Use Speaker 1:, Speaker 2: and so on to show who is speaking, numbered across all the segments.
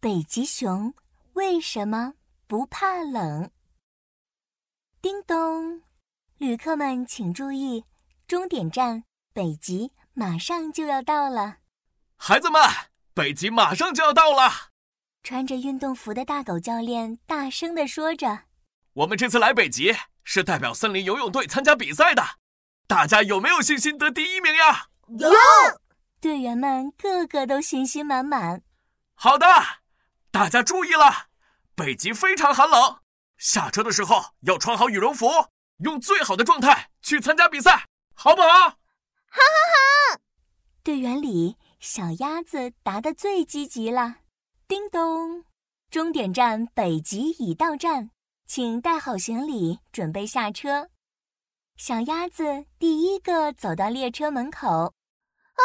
Speaker 1: 北极熊为什么不怕冷？叮咚，旅客们请注意，终点站北极马上就要到了。
Speaker 2: 孩子们，北极马上就要到了！
Speaker 1: 穿着运动服的大狗教练大声地说着
Speaker 2: 我们这次来北极是代表森林游泳队参加比赛的，大家有没有信心得第一名呀？：“
Speaker 1: 有！”队员们个个都信心满满。
Speaker 2: 好的，大家注意了，北极非常寒冷，下车的时候要穿好羽绒服，用最好的状态去参加比赛，好不好？
Speaker 1: 队员里，小鸭子答得最积极了。叮咚，终点站北极已到站，请带好行李，准备下车。小鸭子第一个走到列车门口，
Speaker 3: 哦，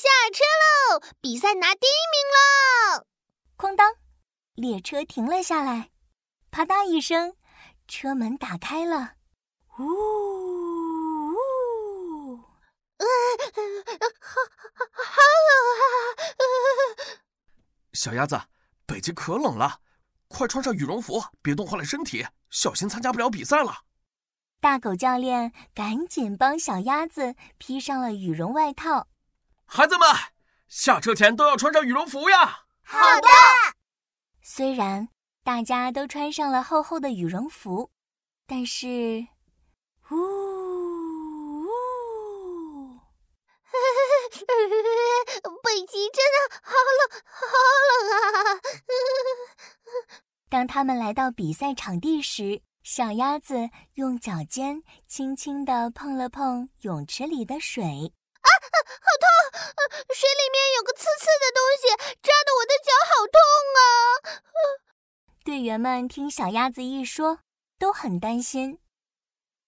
Speaker 3: 下车喽！比赛拿第一名喽！
Speaker 1: 哐当，列车停了下来，啪嗒一声，车门打开了，呜呜，
Speaker 3: 呃好，好好冷啊！
Speaker 2: 小鸭子，北极可冷了，快穿上羽绒服，别冻坏了身体，小心参加不了比赛了。
Speaker 1: 大狗教练赶紧帮小鸭子披上了羽绒外套。
Speaker 2: 孩子们，下车前都要穿上羽绒服呀！
Speaker 3: 好的，
Speaker 1: 虽然大家都穿上了厚厚的羽绒服，但是，呜 呜，
Speaker 3: 北极真的好冷，
Speaker 1: 啊
Speaker 3: 好冷啊！
Speaker 1: 当他们来到比赛场地时，小鸭子用脚尖轻轻地碰了碰泳池里的水。
Speaker 3: 水里面有个刺刺的东西，扎得我的脚好痛啊！
Speaker 1: 队员们听小鸭子一说，都很担心。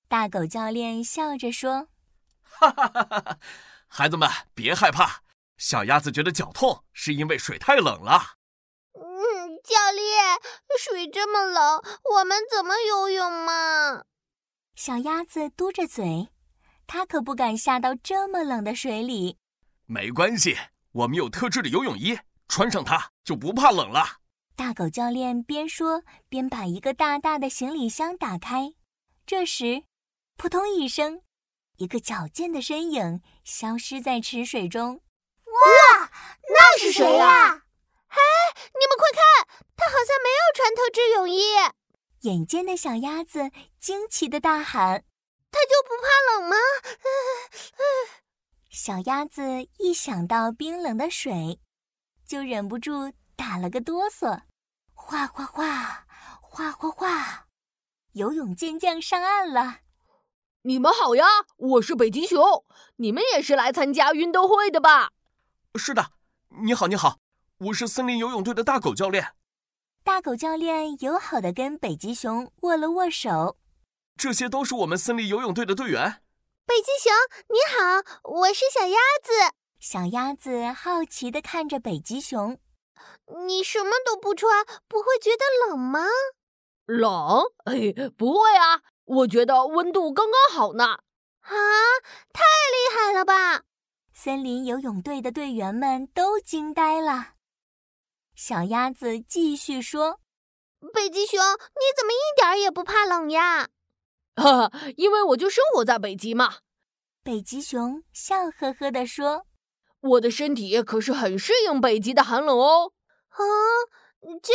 Speaker 1: 大狗教练笑着说
Speaker 2: 哈哈哈哈哈！ 孩子们别害怕，小鸭子觉得脚痛是因为水太冷了。
Speaker 3: 嗯，教练，水这么冷，我们怎么游泳嘛？：“
Speaker 1: 小鸭子嘟着嘴，它可不敢下到这么冷的水里。”
Speaker 2: 没关系，我们有特制的游泳衣，穿上它就不怕冷了。
Speaker 1: 大狗教练边说边把一个大大的行李箱打开。这时，扑通一声，一个矫健的身影消失在池水中。
Speaker 3: 那
Speaker 1: 是谁呀
Speaker 3: 哎，你们快看，他好像没有穿特制泳衣，
Speaker 1: 眼尖的小鸭子惊奇的大喊
Speaker 3: 他就不怕冷吗？：“
Speaker 1: 小鸭子！”一想到冰冷的水，就忍不住打了个哆嗦。哗哗哗，哗哗哗，游泳健将上岸了。
Speaker 4: 你们好呀，我是北极熊，你们也是来参加运动会的吧？
Speaker 2: 是的，你好，你好，我是森林游泳队的大狗教练。
Speaker 1: 大狗教练友好的跟北极熊握了握手。
Speaker 2: 这些都是我们森林游泳队的队员。
Speaker 3: 北极熊，你好，我是小鸭子。
Speaker 1: 小鸭子好奇地看着北极熊，
Speaker 3: 你什么都不穿，不会觉得冷吗？
Speaker 4: 冷？哎，不会啊，我觉得温度刚刚好呢。
Speaker 3: 啊，太厉害了吧！
Speaker 1: 森林游泳队的队员们都惊呆了。小鸭子继续说
Speaker 3: 北极熊，你怎么一点儿也不怕冷呀？
Speaker 4: 哈哈，因为我就生活在北极嘛，：“
Speaker 1: 北极熊笑呵呵地说，
Speaker 4: 我的身体可是很适应北极的寒冷哦。
Speaker 3: 哦，这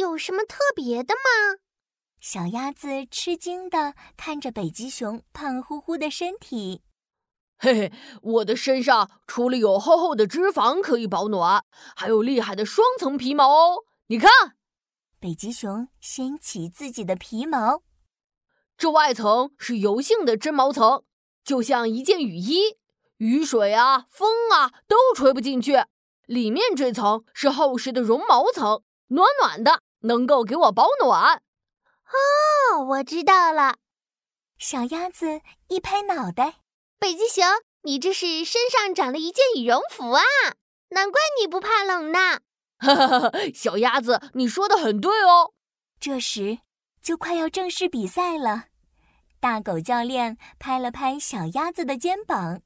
Speaker 3: 有什么特别的吗？
Speaker 1: 小鸭子吃惊地看着北极熊胖乎乎的身体。
Speaker 4: 嘿嘿，我的身上除了有厚厚的脂肪可以保暖，还有厉害的双层皮毛哦。你看，
Speaker 1: 北极熊掀起自己的皮毛，
Speaker 4: 这外层是油性的真毛层，就像一件雨衣，雨水啊、风啊都吹不进去。里面这层是厚实的绒毛层，暖暖的，能够给我保暖。
Speaker 3: 哦，我知道了，
Speaker 1: 小鸭子一拍脑袋。
Speaker 3: 北极熊，你这是身上长了一件羽绒服啊，难怪你不怕冷呢。
Speaker 4: 哈哈哈，小鸭子，你说的很对哦。
Speaker 1: 这时就快要正式比赛了，大狗教练拍了拍小鸭子的肩膀。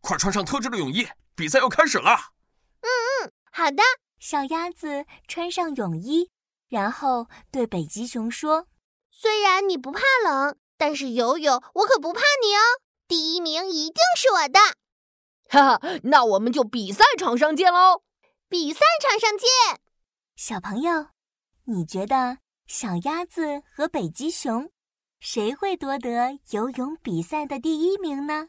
Speaker 2: 快穿上特制的泳衣，比赛要开始了。
Speaker 3: 好的，
Speaker 1: 小鸭子穿上泳衣，然后对北极熊说
Speaker 3: 虽然你不怕冷，但是游泳我可不怕你哦，第一名一定是我的。
Speaker 4: 哈哈，那我们就比赛场上见喽！
Speaker 3: 比赛场上见。：“
Speaker 1: 小朋友，你觉得小鸭子和北极熊谁会夺得游泳比赛的第一名呢？”